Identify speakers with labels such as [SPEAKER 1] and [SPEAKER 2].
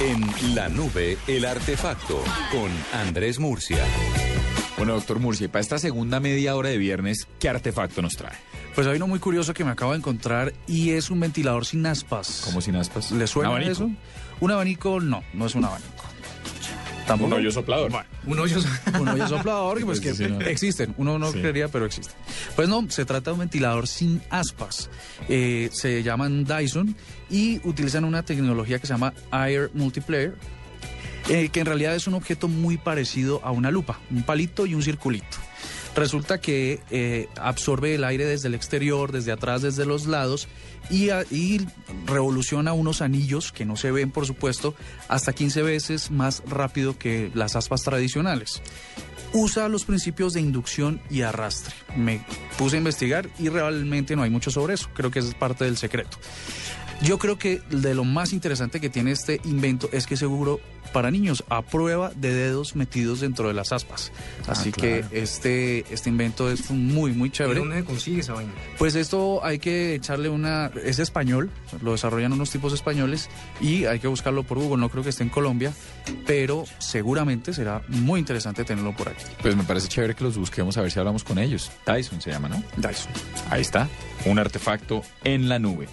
[SPEAKER 1] En la nube, el artefacto con Andrés Murcia. Bueno, doctor Murcia, y para esta segunda media hora de viernes, ¿qué artefacto nos trae?
[SPEAKER 2] Pues hay uno muy curioso que me acabo de encontrar y es un ventilador sin aspas.
[SPEAKER 1] ¿Cómo sin aspas?
[SPEAKER 2] ¿Le suena
[SPEAKER 1] ¿Un abanico?
[SPEAKER 2] eso? Un abanico, no, no es un abanico.
[SPEAKER 3] Un hoyo soplador.
[SPEAKER 2] Bueno, un hoyo, un hoyo soplador, que, pues que existen. Uno no creería, pero existen. Pues no, se trata de un ventilador sin aspas. Eh, se llaman Dyson y utilizan una tecnología que se llama Air Multiplayer, eh, que en realidad es un objeto muy parecido a una lupa, un palito y un circulito. Resulta que eh, absorbe el aire desde el exterior, desde atrás, desde los lados y, a- y revoluciona unos anillos que no se ven, por supuesto, hasta 15 veces más rápido que las aspas tradicionales. Usa los principios de inducción y arrastre. Me puse a investigar y realmente no hay mucho sobre eso. Creo que esa es parte del secreto. Yo creo que de lo más interesante que tiene este invento es que es seguro para niños a prueba de dedos metidos dentro de las aspas. Así que este, este invento es muy, muy chévere.
[SPEAKER 4] dónde se consigue esa vaina?
[SPEAKER 2] Pues esto hay que echarle una... Es español, lo desarrollan unos tipos españoles y hay que buscarlo por Google. No creo que esté en Colombia, pero seguramente será muy interesante tenerlo por aquí.
[SPEAKER 1] Pues me parece chévere que los busquemos a ver si hablamos con ellos. Dyson se llama, ¿no?
[SPEAKER 2] Dyson.
[SPEAKER 1] Ahí está. Un artefacto en la nube.